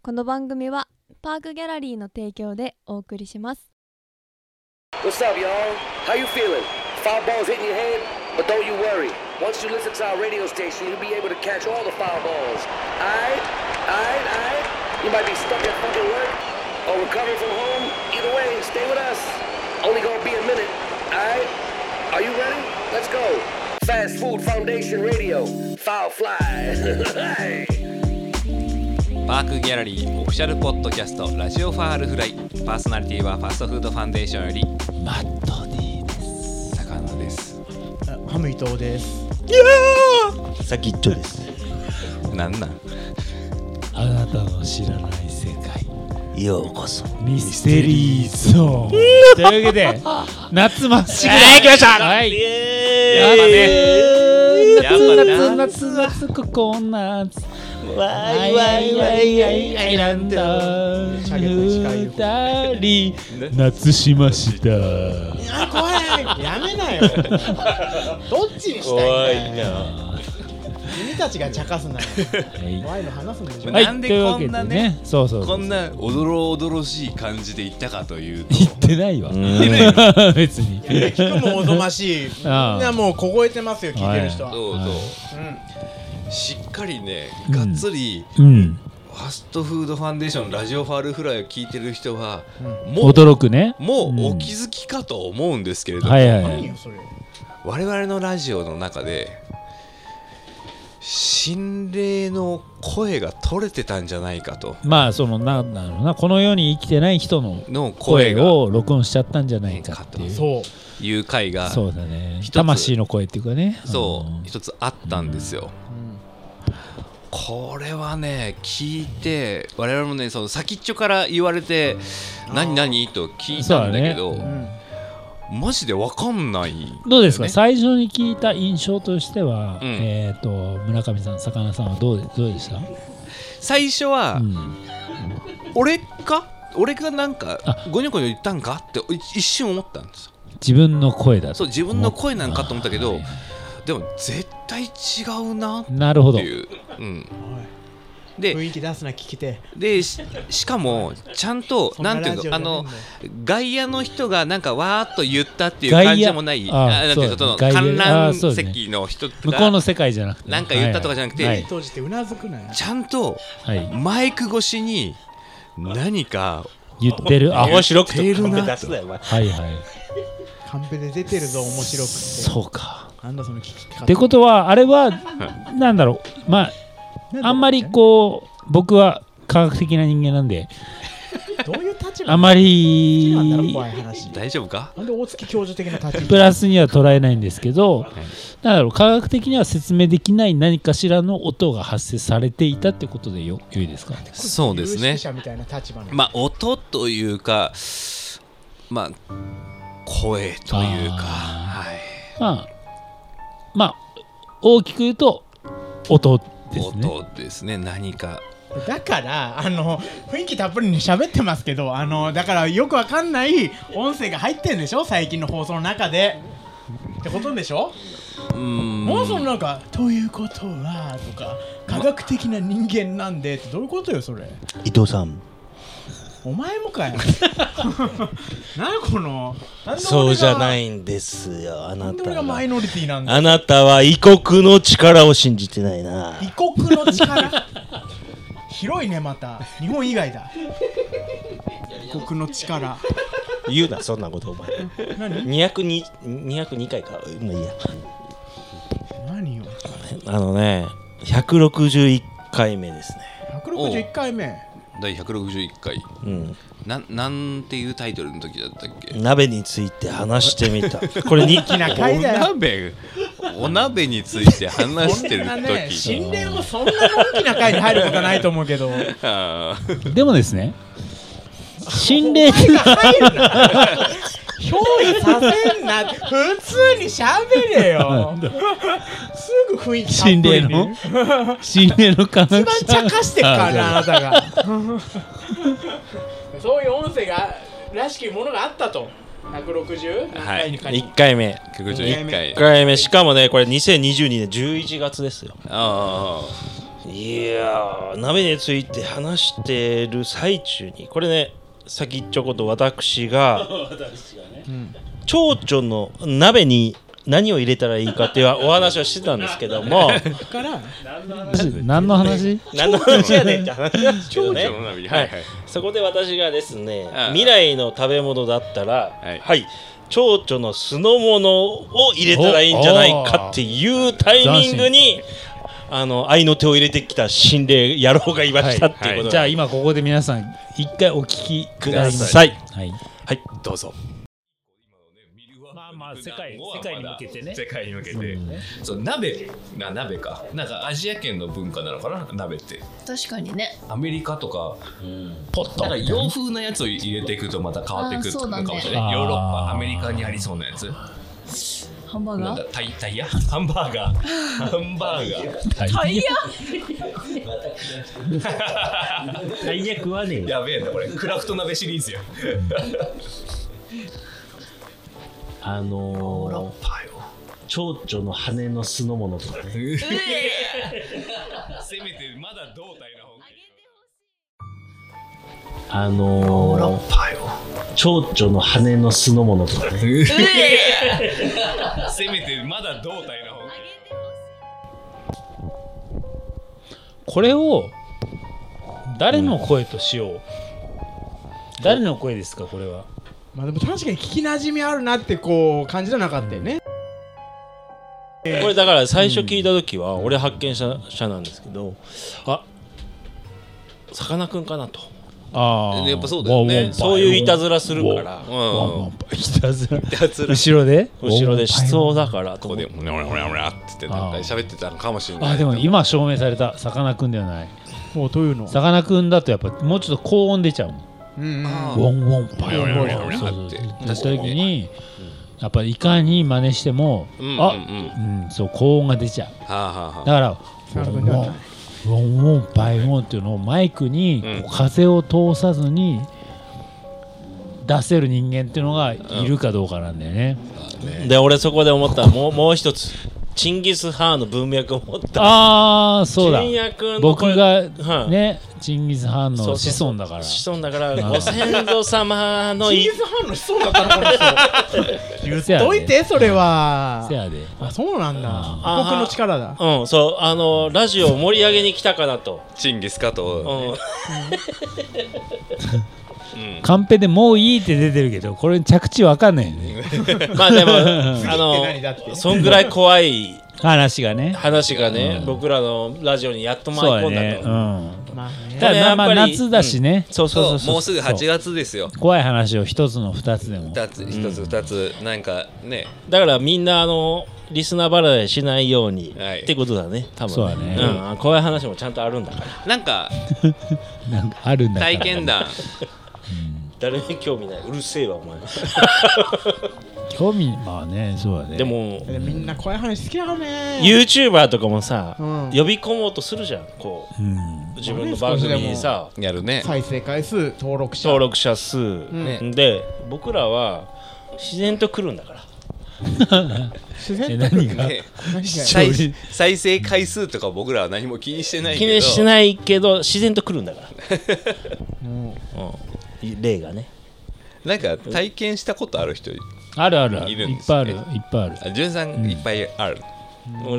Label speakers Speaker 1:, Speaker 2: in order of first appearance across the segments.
Speaker 1: この番組はパークギャラリーの提供でお送りします。
Speaker 2: What's up, y'all? How you feeling? Foul balls hitting your head? But don't you worry. Once you listen to our radio station, you'll be able to catch all the foul balls. Aight? Aight? Aight? You might be stuck at fucking work or recovering from home. Either way, stay with us. Only gonna be a minute. Aight? Are you ready? Let's go. Fast Food Foundation Radio. Foul fly. Hey.
Speaker 3: パークギャラリーオフィシャルポッドキャストラジオファールフライパーソナリティはファストフードファンデーションより
Speaker 4: マット D です
Speaker 3: 高野です
Speaker 4: ハム伊藤です
Speaker 5: 先っちょです
Speaker 3: なんなん
Speaker 4: あなたの知らない世界
Speaker 5: ようこそ
Speaker 4: ミステリーゾーン というわけで夏真っしぐら
Speaker 3: えー来ました
Speaker 4: はい
Speaker 3: イ
Speaker 4: やだね
Speaker 3: やだね
Speaker 4: 夏夏夏夏ここ夏
Speaker 5: わ
Speaker 4: わいわいわいわいアイランド二人夏しました
Speaker 6: 怖いやめなよ どっちにしたいんだよ君たちが茶化すなよ怖いの話すんでしょ
Speaker 4: はい
Speaker 3: なんで
Speaker 4: というわ
Speaker 3: こ
Speaker 4: け
Speaker 3: ん
Speaker 4: で
Speaker 3: な
Speaker 4: ね
Speaker 3: ね
Speaker 4: そうそうそ
Speaker 3: こ
Speaker 4: うん
Speaker 3: なおどろおどろしい感じで言ったかというと
Speaker 4: 言ってないわ 別に
Speaker 6: 聞くもおぞましいみん
Speaker 4: ああ
Speaker 6: なもう凍えてますよ聞いてる人は
Speaker 3: そうそう、しっかりねがっつり、
Speaker 4: うん
Speaker 3: ファストフードファンデーションラジオファールフライを聞いてる人は、もう
Speaker 4: 驚くね
Speaker 3: もう
Speaker 4: う
Speaker 3: お
Speaker 4: ん
Speaker 3: 気づきかと思うんですけれども、
Speaker 4: はいはいはい
Speaker 6: 何よそれ
Speaker 3: 我々のラジオの中で心霊の声が取れてたんじゃないかと
Speaker 4: まあそのなんだろうなこの世に生きてない人の
Speaker 3: の声
Speaker 4: 声
Speaker 3: が
Speaker 4: を録音しちゃったんじゃないかっていうそう
Speaker 6: そう
Speaker 3: いう回がそう,、
Speaker 4: だね
Speaker 3: 一つ
Speaker 4: 魂の声っていうかねん
Speaker 3: 一つあったんですよ、これはね聞いて我々もねその先っちょから言われて「何何?」と聞いたんだけど
Speaker 4: そうだ
Speaker 6: うん
Speaker 3: マジで分かんない
Speaker 4: どうですか、
Speaker 3: ね
Speaker 4: 最初に聞いた印象としては、
Speaker 3: うん
Speaker 4: えっ、と村上さんさかなさんはどうでどうでした、
Speaker 3: 最初は、
Speaker 4: うん
Speaker 3: 俺か俺がなんか
Speaker 4: あ
Speaker 3: ゴニョゴニョ言ったんかって一瞬思ったんですよ
Speaker 4: 自分の声だと
Speaker 3: そう自分の声なんかと思ったけど
Speaker 4: あー
Speaker 3: でも絶対違うなっ
Speaker 4: なるほ
Speaker 3: て
Speaker 4: ど
Speaker 3: いう、うん、
Speaker 6: 雰
Speaker 3: で
Speaker 6: 囲気出すな聞きて
Speaker 3: でししかもちゃんと
Speaker 6: そん
Speaker 3: な
Speaker 6: なん
Speaker 3: ていうかあ
Speaker 6: ラジオ
Speaker 3: の
Speaker 6: じゃねえんだよ
Speaker 3: 外野の人がなんかわーっと言ったっていう
Speaker 4: 外野
Speaker 3: 感じでもない
Speaker 4: あー
Speaker 3: あなんていうか
Speaker 4: そう
Speaker 3: その
Speaker 4: 外野
Speaker 3: 観
Speaker 4: あ
Speaker 3: 覧
Speaker 4: ーそうね
Speaker 3: 席の人
Speaker 4: 向こうの
Speaker 3: が
Speaker 4: 世界じゃなくて
Speaker 3: なんか言ったとかじゃなくて、
Speaker 4: は
Speaker 6: 目
Speaker 4: い
Speaker 6: 閉じてうなずくなよ
Speaker 3: ちゃんと
Speaker 4: はいはい
Speaker 3: マイク越しに何か
Speaker 4: 言ってるあ
Speaker 3: 面白くてるな
Speaker 5: 出すなよお前
Speaker 4: はいはい
Speaker 6: カンペで出てるぞ面白く
Speaker 4: そうか
Speaker 6: てなんだその聞き方
Speaker 4: ってことはあれはなんだろうまああんまりこう僕は科学的な人間なんで
Speaker 6: うどういう立場
Speaker 4: あま
Speaker 6: 好きなんだろ
Speaker 4: り
Speaker 6: 怖い話
Speaker 3: 大丈夫か
Speaker 6: なんで大月教授的な立
Speaker 4: プ
Speaker 6: 場
Speaker 4: ラスには捉えないんですけどなんだろう科学的には説明できない何かしらの音が発生されていたってことでよよいですか
Speaker 3: そうですね
Speaker 6: 有識者みたいな立場の
Speaker 3: まあ音というかまあ声というか
Speaker 4: あ
Speaker 3: はい
Speaker 4: まあまあ大きく言うと音ですね
Speaker 3: 音ですね何か
Speaker 6: だからあの雰囲気たっぷりに喋ってますけどあのだからよくわかんない音声が入ってんでしょ最近の放送の中でってことでしょ
Speaker 3: うん
Speaker 6: もうそのなんか「ということは」とか「科学的な人間なんで」ってどういうことよそれ
Speaker 5: 伊藤さん
Speaker 6: お前も かよなにこのなんで俺が
Speaker 5: そうじゃないんですよあ
Speaker 6: な
Speaker 5: なん
Speaker 6: で
Speaker 5: た
Speaker 6: 俺がマイ
Speaker 5: は
Speaker 6: ノリティなんだ
Speaker 5: あなたは異国の力を信じてないな
Speaker 6: 異国の力広いねまた日本以外だ異国の力
Speaker 5: 言うなそんなことお前
Speaker 6: 何
Speaker 5: 202 202回かまあいいや
Speaker 6: 何よ
Speaker 5: あのね161回目ですね
Speaker 6: 161回目
Speaker 3: 第161回
Speaker 5: うん
Speaker 3: なんなんていうタイトルの時だったっけ
Speaker 5: 鍋について話して みたこれ日記
Speaker 6: な
Speaker 3: お
Speaker 6: 回だよ
Speaker 3: 鍋お鍋について話してる
Speaker 6: そんなね
Speaker 3: 時
Speaker 6: 心霊もそんなの大きな回に入ることはないと思うけど
Speaker 3: あー
Speaker 4: でもですね心霊
Speaker 6: 入るな憑依させんな普通にしゃべれよすぐ雰囲気たっぷ
Speaker 4: 心
Speaker 6: りに
Speaker 4: 霊の心霊の科学
Speaker 6: 一番茶化してっからなあなたがそういう音声がらしきものがあったと 160? 何回にかに
Speaker 5: 1回目
Speaker 3: 161
Speaker 5: 1
Speaker 3: 回
Speaker 5: 回目しかもねこれ2022年11月ですよ
Speaker 3: あ
Speaker 5: いやー鍋について話してる最中にこれね先っちょこと私 が蝶々の鍋に何を入れたらいいかっていうお話をしてたんですけども
Speaker 4: 何の話
Speaker 5: 何の話やねんって話なんですけどね
Speaker 3: 蝶々の鍋
Speaker 5: は
Speaker 3: はいいはい
Speaker 5: そこで私がですね
Speaker 3: ああ
Speaker 5: 未来の食べ物だったらは、
Speaker 3: はいい
Speaker 5: 蝶々の酢の物を入れたらいいんじゃないかっていうタイミングにあの愛の手を入れてきた心霊野郎がいましたっていうことなんです
Speaker 4: じゃあ今ここで皆さん一回お聞きくだ
Speaker 5: だ
Speaker 4: さ
Speaker 5: さ
Speaker 4: い
Speaker 5: い
Speaker 4: はい
Speaker 5: はい、どうぞ。
Speaker 4: まあまあ世界世界に向けてね
Speaker 3: 世界に向けて、そう鍋な鍋かなんかアジア圏の文化なのかな鍋って
Speaker 7: 確かにね
Speaker 3: アメリカとか、ポッとなんか洋風なやつを入れていくとまた変わっていく
Speaker 7: あーそうだ
Speaker 3: の
Speaker 7: ね
Speaker 3: かもしれない、
Speaker 4: あー
Speaker 3: ヨーロッパアメリカにありそうなやつ
Speaker 7: ハンバー
Speaker 3: なん
Speaker 7: ガ
Speaker 3: だ
Speaker 7: ー
Speaker 3: タイタイヤハンバーガーハンバーガー
Speaker 7: タイヤ
Speaker 4: 最悪はね
Speaker 3: やべえなこれクラフト鍋シリーズや
Speaker 8: あのー、蝶々の羽の酢の物 とかね。
Speaker 3: せめてまだ胴体の方が
Speaker 8: あのー、蝶々の羽の酢の物とかね。
Speaker 3: せめてまだ胴体の方が
Speaker 4: これを誰の声としよう、誰の声ですかこれは
Speaker 6: まあでも確かに聞きなじみあるなってこう感じじゃなかったよね、
Speaker 5: これだから最初聞いた時は俺発見者者なんですけど、あ、さかなクンかなと。
Speaker 4: あ
Speaker 3: ーやっぱそうだよね
Speaker 5: そういういたずらするから、
Speaker 3: うん
Speaker 4: いたずら
Speaker 3: ずら
Speaker 4: 後ろで
Speaker 5: 後ろでしそうだからと
Speaker 3: ここ
Speaker 5: 思
Speaker 3: で
Speaker 5: って。
Speaker 3: もねオラオラオラってってなんか喋ってたのかもしれない
Speaker 4: あでも今証明されたさかなクンではない
Speaker 6: もうというの
Speaker 4: さかなクンだとやっぱもうちょっと高音出ちゃうもん
Speaker 6: うんうん
Speaker 3: あ
Speaker 4: ウォンウォンパ
Speaker 3: オラオラオラ
Speaker 4: ン
Speaker 3: オ
Speaker 4: そ
Speaker 3: ラ
Speaker 4: うそう
Speaker 3: って
Speaker 4: やった時にやっぱりいかに真似しても
Speaker 3: うんうんうん
Speaker 4: あうんそう高音が出ちゃう
Speaker 3: はあはあは
Speaker 4: だ
Speaker 3: あ
Speaker 4: から
Speaker 6: なるほど
Speaker 4: ウォンウォンウォンウォンバイウォンっていうのをマイクに
Speaker 3: うん
Speaker 4: こう風を通さずに出せる人間っていうのがいるかどうかなんだよね、
Speaker 5: で、俺そこで思ったもうもう一つ、チンギス・ハーンの文脈を持った。
Speaker 4: ああそうだ
Speaker 5: チンヤ君の
Speaker 4: 僕
Speaker 5: 声
Speaker 4: が
Speaker 5: はい
Speaker 4: ねチンギス・ハン
Speaker 5: そ
Speaker 4: の
Speaker 5: うそう
Speaker 4: 子孫だから
Speaker 5: 子孫だから、ご先祖様の い
Speaker 6: チーズ反応しそうだったのこ
Speaker 4: 言う
Speaker 6: の人どい てそれは
Speaker 4: せやで
Speaker 6: あそうなんだ
Speaker 5: あー
Speaker 6: 僕の力だ
Speaker 5: うん、そう、あの、ラジオを盛り上げに来たかなと。
Speaker 3: チンギスか
Speaker 5: う
Speaker 3: と
Speaker 5: ん、
Speaker 4: カンペでもういいって出てるけどこれ着地わかんないよね
Speaker 5: まあ でも、あ
Speaker 6: 次って何だって
Speaker 5: の、そんぐらい怖い
Speaker 4: 話がね
Speaker 5: 話がね、僕らのラジオにやっと
Speaker 4: そう
Speaker 5: 舞い
Speaker 4: や
Speaker 5: 込
Speaker 4: ね
Speaker 5: んだと。
Speaker 4: うん
Speaker 6: まあね
Speaker 4: た
Speaker 5: これや
Speaker 4: だ
Speaker 5: っ
Speaker 4: ま
Speaker 5: ぱ
Speaker 4: あ
Speaker 5: り
Speaker 4: まあ夏だしね、
Speaker 5: そうそうそうそう
Speaker 3: もうすぐ8月ですよ
Speaker 4: 怖い話を一つの二つでも
Speaker 3: 2つ1つ2つなんかね
Speaker 5: だからみんなあのリスナー離れしないように、
Speaker 3: はい
Speaker 5: ってことだね多分
Speaker 4: そうだね
Speaker 5: うん、怖い話もちゃんとあるんだから
Speaker 3: なんか
Speaker 4: なんかあるんだから
Speaker 3: 体験談
Speaker 5: 誰に興味ないうるせえわお前
Speaker 4: 興味まあねそうだね
Speaker 5: でも
Speaker 6: でみんな怖い話好きだからね
Speaker 5: YouTuber とかもさ、
Speaker 6: うん
Speaker 5: 呼び込もうとするじゃんこ
Speaker 4: うん
Speaker 5: う自分の番組にさ
Speaker 3: やる ね
Speaker 6: 再生回数登録者
Speaker 5: 登録者数、
Speaker 3: ん
Speaker 5: で僕らは自然と来るんだから
Speaker 6: 自
Speaker 4: え
Speaker 6: 然と
Speaker 4: 何が
Speaker 3: ね
Speaker 6: 何か
Speaker 4: 勝利
Speaker 3: 再再生回数とか僕らは何も気にしてないけ
Speaker 5: 記
Speaker 3: ど
Speaker 5: 念しないけど自然と来るん だから
Speaker 6: も
Speaker 5: うん例がね
Speaker 3: なんか体験したことある人
Speaker 4: あるあるある
Speaker 3: いる
Speaker 4: い
Speaker 3: ん
Speaker 4: っ
Speaker 3: です
Speaker 4: ぱいあ
Speaker 3: ね
Speaker 4: るいっぱいある
Speaker 3: あじゅんさんいっぱいある、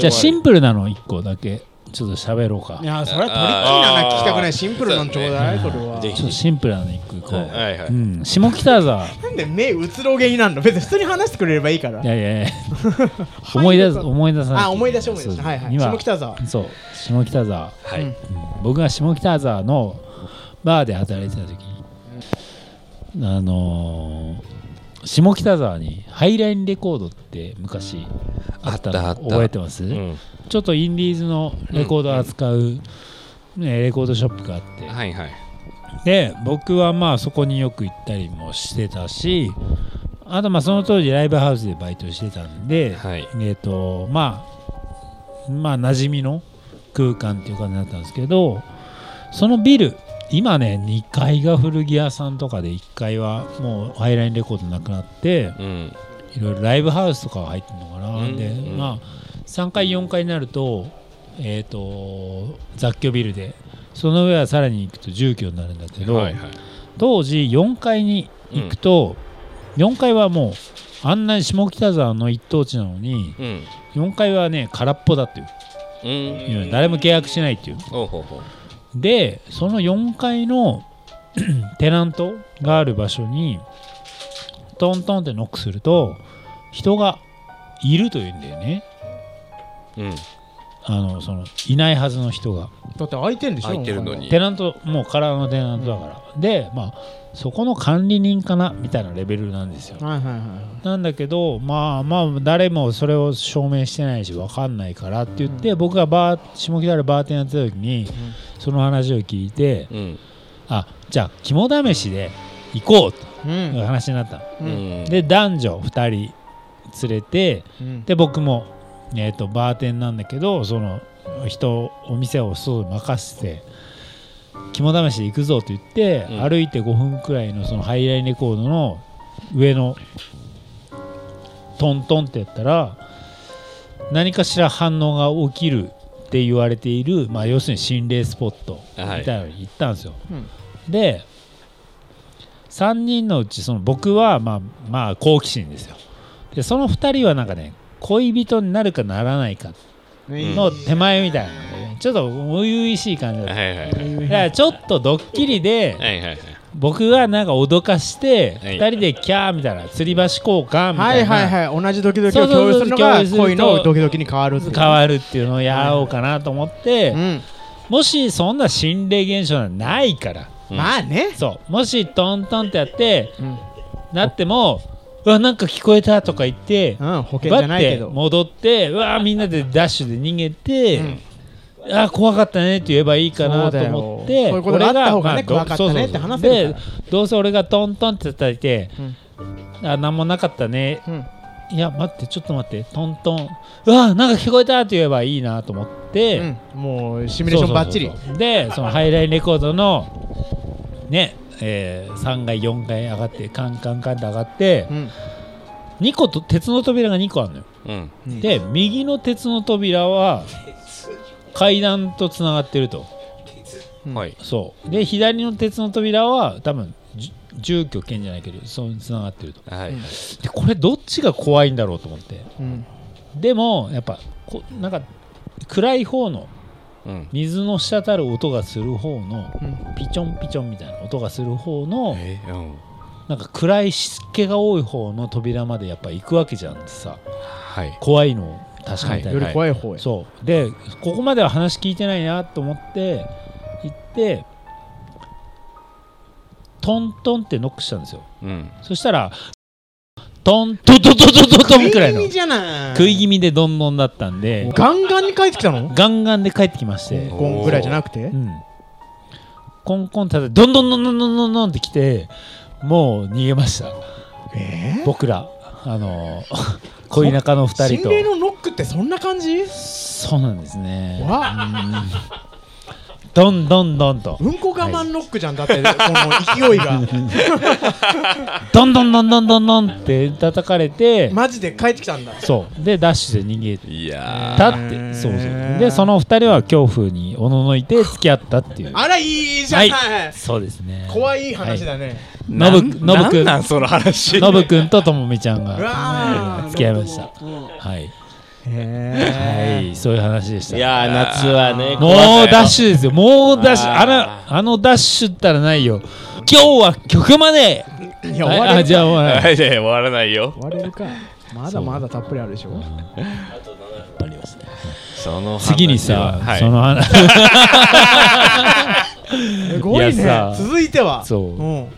Speaker 4: じゃあシンプルなの一個だけちょっと喋ろうか
Speaker 6: ういやそれはトリッキーなな聞きたくないシンプルなんちょうだいそれは
Speaker 5: ぜ
Speaker 4: ちょっとシンプルなの一個いこう、
Speaker 3: はいはい、
Speaker 4: うん、下北沢
Speaker 6: なんで目うつろげになるの別に普通に話してくれればいいから
Speaker 4: いやいやいや思い出す
Speaker 6: 入るか
Speaker 4: 思い出さない
Speaker 6: あ思い出し思い出し
Speaker 4: そう
Speaker 6: はいはい
Speaker 4: 今
Speaker 6: 下北沢
Speaker 4: そう下北沢
Speaker 3: はい、
Speaker 4: 僕が下北沢のバーで働いてた時あのー下北沢にハイラインレコードって昔あったの
Speaker 3: あったあった
Speaker 4: 覚えてます、ちょっとインディーズのレコードを扱う、ね、レコードショップがあって、
Speaker 3: はいはい
Speaker 4: で僕はまあそこによく行ったりもしてたしあとまあその当時ライブハウスでバイトしてたんで、
Speaker 3: はい
Speaker 4: えっ、とまあまあ馴染みの空間っていう感じだったんですけどそのビル今ね2階が古着屋さんとかで1階はもうハイラインレコードなくなって
Speaker 3: うん
Speaker 4: いろいろライブハウスとかが入ってるのかな、
Speaker 3: うん
Speaker 4: で
Speaker 3: うん
Speaker 4: まあ3階4階になるとえー、と雑居ビルでその上はさらに行くと住居になるんだけど、
Speaker 3: はいはい
Speaker 4: 当時4階に行くと、4階はもうあんなに下北沢の一等地なのに
Speaker 3: うん
Speaker 4: 4階はね空っぽだっていう
Speaker 3: うん
Speaker 4: いう誰も契約しないっていう
Speaker 3: おうほうほう
Speaker 4: でその4階の テナントがある場所にトントンってノックすると人がいるというんだよね
Speaker 3: うん
Speaker 4: あのそのいないはずの人が
Speaker 6: だって開いてんでしょ
Speaker 3: 空いてるのに
Speaker 4: テナントもう空のテナントだから、でまあそこの管理人かなみたいなレベルなんですよ
Speaker 6: はいはいは
Speaker 4: なんだけどまあまあ誰もそれを証明してないし分かんないからって言って、僕がバー下北でバーテンやってた時に、その話を聞いて
Speaker 3: うん
Speaker 4: あじゃあ肝試しで行こうと
Speaker 6: いうん
Speaker 4: いう話になったの、
Speaker 3: う
Speaker 6: うん
Speaker 4: で男女2人連れて
Speaker 6: うん
Speaker 4: で僕も、えー、とバーテンなんだけどその人お店を外に任せて肝試しで行くぞと言って、
Speaker 3: うん
Speaker 4: 歩いて5分くらいのそのハイラインレコードの上のトントンってやったら何かしら反応が起きるって言われている、まあ、要するに心霊スポットみたいなのに行ったんですよ。で3人のうちその僕はまあまあ好奇心ですよ。でその2人はなんかね恋人になるかならないかの手前みたいなのでねちょっと初々しい感じだった。
Speaker 3: はいはいはい
Speaker 4: だからちょっとドッキリで
Speaker 3: はいはいはい
Speaker 4: 僕がなんか脅かして
Speaker 3: はい
Speaker 4: 2人でキャーみたいな吊り橋交換みた
Speaker 6: はいい
Speaker 4: な、
Speaker 6: はいはい同じドキドキ
Speaker 4: そう
Speaker 6: を
Speaker 4: そう
Speaker 6: 共有
Speaker 4: そう
Speaker 6: するのが
Speaker 4: 共有すると
Speaker 6: 恋のドキドキに変わるっていう
Speaker 4: 変わるっていうのをやろうかなと思って、
Speaker 6: うん
Speaker 4: もしそんな心霊現象なんてないから
Speaker 3: うん
Speaker 6: まあね
Speaker 4: そうもしトントンってやって、
Speaker 6: うん
Speaker 4: なってもうわなんか聞こえたとか言って、
Speaker 6: うん保険
Speaker 4: バ
Speaker 6: じゃ
Speaker 4: ッ
Speaker 6: ないけ
Speaker 4: て
Speaker 6: ど
Speaker 4: 戻ってうわーみんなでダッシュで逃げて、あー怖かったねって言えばいいかなと思って
Speaker 6: そうだよそういうことがあった方がね
Speaker 4: 俺
Speaker 6: 怖かったね
Speaker 4: そうそうそう
Speaker 6: って話せるか
Speaker 4: でどうせ俺がトントンって叩いて、あ何もなかったね、
Speaker 6: うん
Speaker 4: いや待ってちょっと待ってトントンうわーなんか聞こえたって言えばいいなと思って、
Speaker 6: うんもうシミュレーションバッチリ
Speaker 4: そうそうそうそうでそのハイラインレコードのねえー3階4階上がってカンカンカンって上がって、
Speaker 6: うん
Speaker 4: 2個と鉄の扉が2個あるのよ
Speaker 3: うん
Speaker 4: で右の鉄の扉は階段とつながってると
Speaker 3: はい
Speaker 4: そうで左の鉄の扉は多分じ住居兼じゃないけどそうつながってると
Speaker 3: はい
Speaker 4: でこれどっちが怖いんだろうと思って
Speaker 6: うん
Speaker 4: でもやっぱこなんか暗い方の
Speaker 3: うん
Speaker 4: 水の滴る音がする方の
Speaker 6: うん
Speaker 4: ピチョンピチョンみたいな音がする方の
Speaker 3: えうん
Speaker 4: なんか暗い湿気が多い方の扉までやっぱ行くわけじゃんってさ
Speaker 3: はい
Speaker 4: 怖いの確かみたい
Speaker 6: よ
Speaker 4: な、
Speaker 3: は
Speaker 6: り怖い方へ
Speaker 4: そうでここまでは話聞いてないなと思って行ってトントンってノックしたんですよ
Speaker 3: うん
Speaker 4: そしたらトントントントントントントンくらいの
Speaker 6: 食い気味じゃない
Speaker 4: 食い気味でどんどんだったんで
Speaker 6: ガンガンに帰ってきたの
Speaker 4: ガンガンで帰ってきまして
Speaker 6: コンぐらいじゃなくて
Speaker 4: うん、コンコン叩いてどんどんどんどんどんどんどんってきてもう逃げました
Speaker 6: え
Speaker 4: 僕らあ の恋仲の
Speaker 6: ー
Speaker 4: 2人
Speaker 6: 心
Speaker 4: と
Speaker 6: 霊のノックってそんな感じ
Speaker 4: そうなんですね
Speaker 6: わ
Speaker 4: どんどんどんと
Speaker 6: うんこ我慢ノックじゃんだってこの勢いが
Speaker 4: どんどんどんどんどんどんって叩かれて、
Speaker 6: マジで帰ってきたんだ
Speaker 4: そうでダッシュで逃げ
Speaker 3: いや
Speaker 4: たってそうそうでその2人は恐怖におののいて付き合ったっていう
Speaker 6: あらいいじゃない、
Speaker 4: はいそうですね
Speaker 6: 怖い話だね、
Speaker 4: ノブノブ君
Speaker 3: その話
Speaker 4: ノ ブ君とともみちゃんが
Speaker 6: うわー
Speaker 4: はい付き合いましたはいは
Speaker 6: へ
Speaker 4: い、そういう話でした。
Speaker 5: いやー夏はね
Speaker 4: もうダッ
Speaker 5: シ
Speaker 4: シュですよ。もうダッシュ。
Speaker 5: あー
Speaker 4: あの、あのダッシュったらないよ。今日は曲まで。
Speaker 6: いや終
Speaker 4: あ
Speaker 6: わ
Speaker 4: あ、
Speaker 6: れる
Speaker 4: じゃあ、お前。
Speaker 3: はいで終わらないよ
Speaker 6: 終われるかまだまだたっぷりあるでしょ
Speaker 3: その話は
Speaker 4: 次にさ、
Speaker 3: はい
Speaker 4: その話。
Speaker 6: すごい
Speaker 4: い
Speaker 6: ね
Speaker 4: やさ
Speaker 6: 続いては
Speaker 4: そうう、
Speaker 6: ん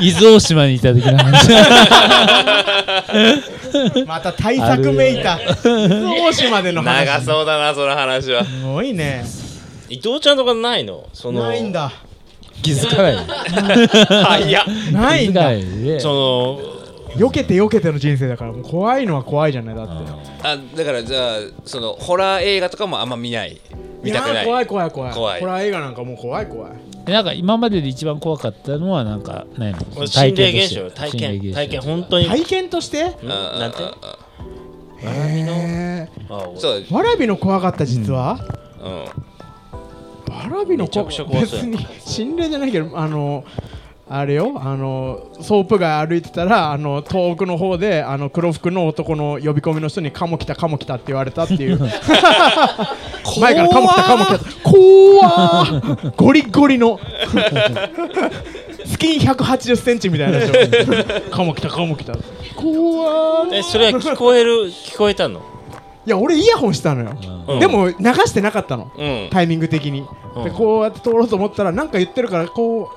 Speaker 4: 伊豆大島にいた時の話。
Speaker 6: また対策めいた伊豆大島での
Speaker 3: 長
Speaker 6: 話す
Speaker 3: そうだなその話は
Speaker 6: ごいね
Speaker 5: ュ伊藤ちゃんとかないのその
Speaker 6: ないんだ
Speaker 4: 気づかない。
Speaker 5: あいや
Speaker 6: な
Speaker 4: 気
Speaker 6: い
Speaker 4: づ
Speaker 6: ん
Speaker 4: かな
Speaker 6: だ
Speaker 4: いで。
Speaker 5: そ
Speaker 6: 避けて避けての人生だからもう怖いのは怖いじゃないだって
Speaker 3: あだからじゃあそのホラー映画とかもあんま見ない見たく
Speaker 6: や
Speaker 3: な
Speaker 6: ー
Speaker 3: い
Speaker 6: 怖い怖い怖い
Speaker 3: 怖い
Speaker 6: ホラー映画なんかもう怖い怖い
Speaker 4: なんか今までで一番怖かったのは、なんか、ないの体
Speaker 5: の
Speaker 4: 験
Speaker 5: 心霊
Speaker 4: と
Speaker 5: 現
Speaker 4: して
Speaker 5: 象体
Speaker 4: 心霊
Speaker 5: 験
Speaker 4: 現象
Speaker 5: 体験本当に
Speaker 6: 体験として
Speaker 5: んなんてわらびの
Speaker 6: え
Speaker 5: あ俺
Speaker 3: そう、
Speaker 6: ーわらびの怖かった実は、
Speaker 3: うん、
Speaker 6: わらびの
Speaker 5: めちゃ
Speaker 6: 怖
Speaker 5: くちゃ怖そうや
Speaker 6: 別
Speaker 5: ん
Speaker 6: に心霊じゃないけどあのあれよあのソープ街歩いてたらあの遠くの方であの黒服の男の呼び込みの人に「カモ来たカモ来た」って言われたっていう前から「カモ来たカモ来た」怖ーゴリゴリのスキン1 8 0ンチみたいな人「カモ来たカモ来た」怖ー
Speaker 5: えそれは聞こえる聞こえたの
Speaker 6: いや俺イヤホンしたのよ、
Speaker 5: うん
Speaker 6: でも流してなかったの
Speaker 5: うん
Speaker 6: タイミング的に、
Speaker 5: うん
Speaker 6: でこうやって通ろうと思ったらなんか言ってるからこ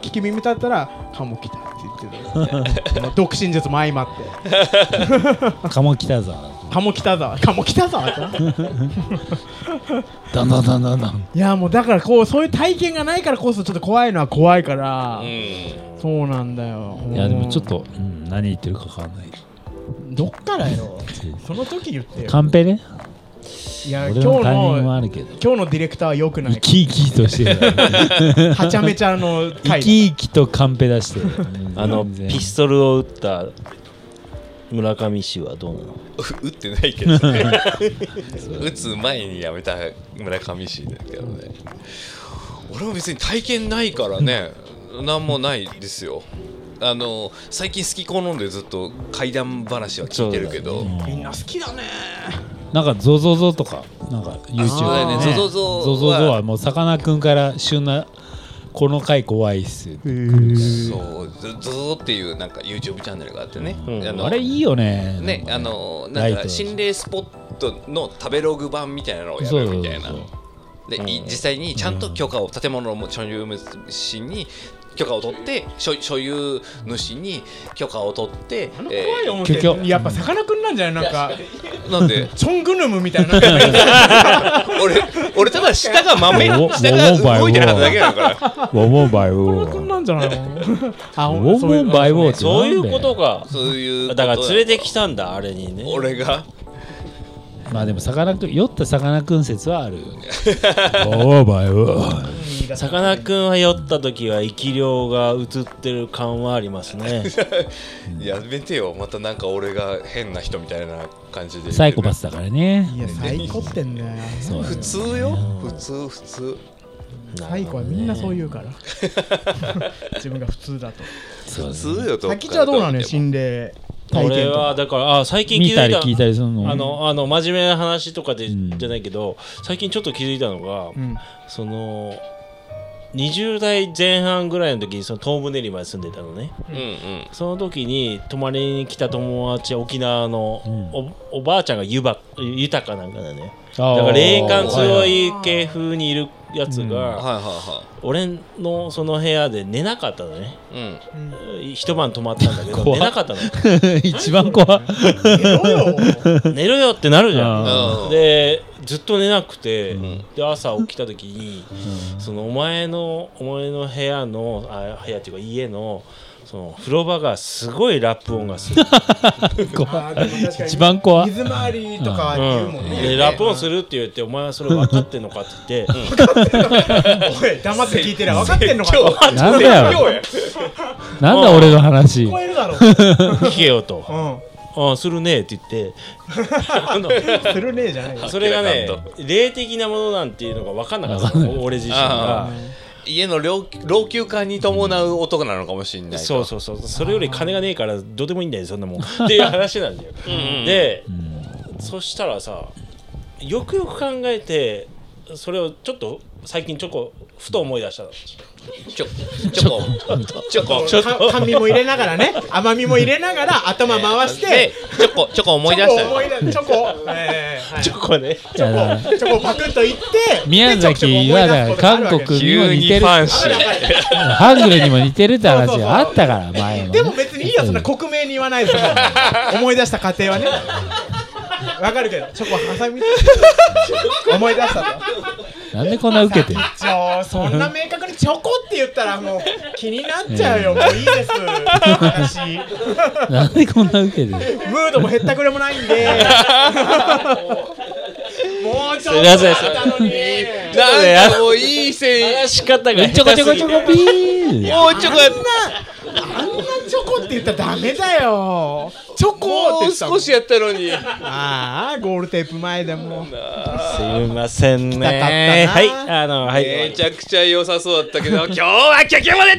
Speaker 6: う聞き耳立ったら「カモ来た」って言ってたもう独身術も相まって
Speaker 4: カモ来たぞ
Speaker 6: 「カモ来たぞカモ来 たぞ」って
Speaker 4: だんだんだんだんだん
Speaker 6: いやもうだからこうそういう体験がないからこそちょっと怖いのは怖いから、そうなんだよ
Speaker 4: いやでもちょっと、うん、何言ってるか分かんない
Speaker 6: うんどっからや ろその時言ってよ
Speaker 4: カンペね
Speaker 6: いや今
Speaker 4: 俺
Speaker 6: 日
Speaker 4: のタイミングも
Speaker 6: の
Speaker 4: あるけど
Speaker 6: 今日のディレクターはよくない
Speaker 4: 生き生きとしてる
Speaker 6: はちゃめちゃの
Speaker 4: 生
Speaker 6: 回
Speaker 4: き生きとカンペ出してる
Speaker 5: あの
Speaker 4: 全然
Speaker 5: ピストルを撃った村上氏はどうなの
Speaker 3: 打ってないけどね打つ前にやめた村上氏だけどね俺も別に体験ないからね何もないですよあの最近好き好んでずっと怪談話は聞いてるけどそう
Speaker 6: みんな好きだね
Speaker 4: なんかゾゾゾとかなんか YouTube
Speaker 3: だよね
Speaker 4: ね
Speaker 3: ゾゾゾは
Speaker 4: ゾゾゾはもうさかなクンから旬なこの回怖いっすよ
Speaker 3: そうゾゾゾっていうなんか YouTube チャンネルがあってね、
Speaker 5: うん
Speaker 3: の
Speaker 4: あれいいよね
Speaker 3: ねあのなんか心霊スポットの食べログ版みたいなのをや
Speaker 4: そう
Speaker 3: る
Speaker 4: そう
Speaker 3: みた
Speaker 4: そ
Speaker 3: いうなで、い実際にちゃんと許可を建物の所有主に許可を取って所所有主に許可を取って、え
Speaker 6: 怖い思っ
Speaker 4: 結局
Speaker 6: てやっぱさかなクンなんじゃないなんか
Speaker 3: ーなんで
Speaker 6: チョングヌムみた いな
Speaker 3: 俺俺ただ舌が豆
Speaker 4: お
Speaker 3: 舌が動いてなかっただけだから
Speaker 4: ウォモンバイウォ
Speaker 6: こん
Speaker 4: ー
Speaker 6: なんじゃないの あ
Speaker 4: ウォモンバイウォーって
Speaker 5: そういうこ
Speaker 4: なんだ
Speaker 5: と
Speaker 4: よ
Speaker 5: か
Speaker 3: そういうこと
Speaker 5: だから連れてき
Speaker 3: た
Speaker 5: たんだあれにね
Speaker 3: 俺が
Speaker 4: まあでもさかなクン酔ったさかなクン説 はあるよねウォモンバイウォー
Speaker 5: さかなクンは酔った時は生き量が映ってる感はありますね
Speaker 3: やめてよまたなんか俺が変な人みたいな感じで
Speaker 4: サイコパスだからね
Speaker 6: いや最高ってんだよ
Speaker 4: そう
Speaker 3: 普通よ普通普通
Speaker 6: 最高はみんなそう言う から自分が普通だと
Speaker 4: そう
Speaker 3: 普通よと
Speaker 6: さきちゃんはどうなのよ
Speaker 3: 心
Speaker 6: 心霊体
Speaker 5: 俺
Speaker 6: 験とか
Speaker 5: はだからあ最近気
Speaker 4: 見
Speaker 5: づ
Speaker 4: た
Speaker 5: い
Speaker 4: り
Speaker 5: た
Speaker 4: 聞いたりするの
Speaker 5: あのあの真面目な話とかで、
Speaker 4: うん
Speaker 5: じゃないけど最近ちょっと気づいたのが、
Speaker 6: うん
Speaker 5: その20代前半ぐらいの時にその東武練馬に住んでたのね
Speaker 3: うんうん
Speaker 5: その時に泊まりに来た友達沖縄のお,、おばあちゃんがゆば豊かなんかだねだから霊感強い系風にいるやつ
Speaker 3: はい
Speaker 5: が、
Speaker 3: は
Speaker 5: 俺のその部屋で寝なかったのね
Speaker 3: いはいうん
Speaker 5: 一晩泊まったんだけど
Speaker 4: 怖っ
Speaker 5: 寝なかったの
Speaker 4: 一番 怖い
Speaker 5: 寝ろよってなるじゃん
Speaker 3: うん
Speaker 5: でずっと寝なくて、
Speaker 3: ん
Speaker 5: で朝起きた時に、そのお前のお前の部屋のあ部屋っていうか家のその風呂場がすごいラップ音がする、
Speaker 6: あーでも確かに
Speaker 4: 一番怖い
Speaker 6: 水回りとかは言うもんね
Speaker 5: でラップ音するって言ってお前はそれ分かってんのかって言って、
Speaker 6: おい黙って聞いてりゃ分かってんのかと聞
Speaker 4: なんだよなんだ俺の話
Speaker 6: こえるだろ
Speaker 5: 聞けよと
Speaker 6: う
Speaker 5: 「ああするね」って言ってあの
Speaker 6: んするねえじゃないよ
Speaker 5: それがね
Speaker 3: 明らか
Speaker 5: 霊的なものなんていうのが分かんなかったの俺自身
Speaker 3: あ
Speaker 5: が。
Speaker 3: 家の老老朽化に伴う音なのかもしれないと
Speaker 5: そうそうそうそれより金がねえからどうでもいいんだよそんなもんっていう話なんだよで、そしたらさよくよく考えてそれをちょっと最近ちょこふと思い出したの
Speaker 3: チョチョコチョコ
Speaker 6: か甘みも入れながらね甘みも入れながら頭回して
Speaker 3: でチョコチョコ思い出した
Speaker 6: チョコ思い
Speaker 3: よ
Speaker 6: 出チ ョコえーはい
Speaker 5: チョコね
Speaker 4: いやだから
Speaker 6: チョコパクッといって
Speaker 4: 宮崎はだから韓国にも
Speaker 3: 急
Speaker 4: 似
Speaker 3: に
Speaker 4: て
Speaker 3: フ
Speaker 4: る
Speaker 3: ァンシー
Speaker 4: ハングルにも似てるって話があったから前の
Speaker 6: で
Speaker 4: ね
Speaker 6: も別にいいよそんな克明に言わないで そんな思い出した過程はねわかるけどチョコ挟み 思い出したと
Speaker 4: なんでこんな受けてる
Speaker 6: じゃあそんな明確にチョコって言ったらもう気になっちゃうよもういいです私
Speaker 4: なんでこんな受けてる
Speaker 6: ムードもへったくれもないん でもうちょっと
Speaker 5: すいません
Speaker 6: あったのに
Speaker 3: なんかもういい線
Speaker 5: 話し方が
Speaker 4: ちょこちょこちょこピー
Speaker 3: もうチョコやっ
Speaker 6: あんなチョコって言ったらダメだよチョコって
Speaker 3: も
Speaker 6: 言
Speaker 3: う
Speaker 6: ってた
Speaker 3: 少しやったのに
Speaker 6: ああゴールテープ前でもう
Speaker 5: すいませんね
Speaker 6: たかったな
Speaker 5: はいあのはい、
Speaker 3: め ちゃくちゃ良さそうだったけど今日はここまで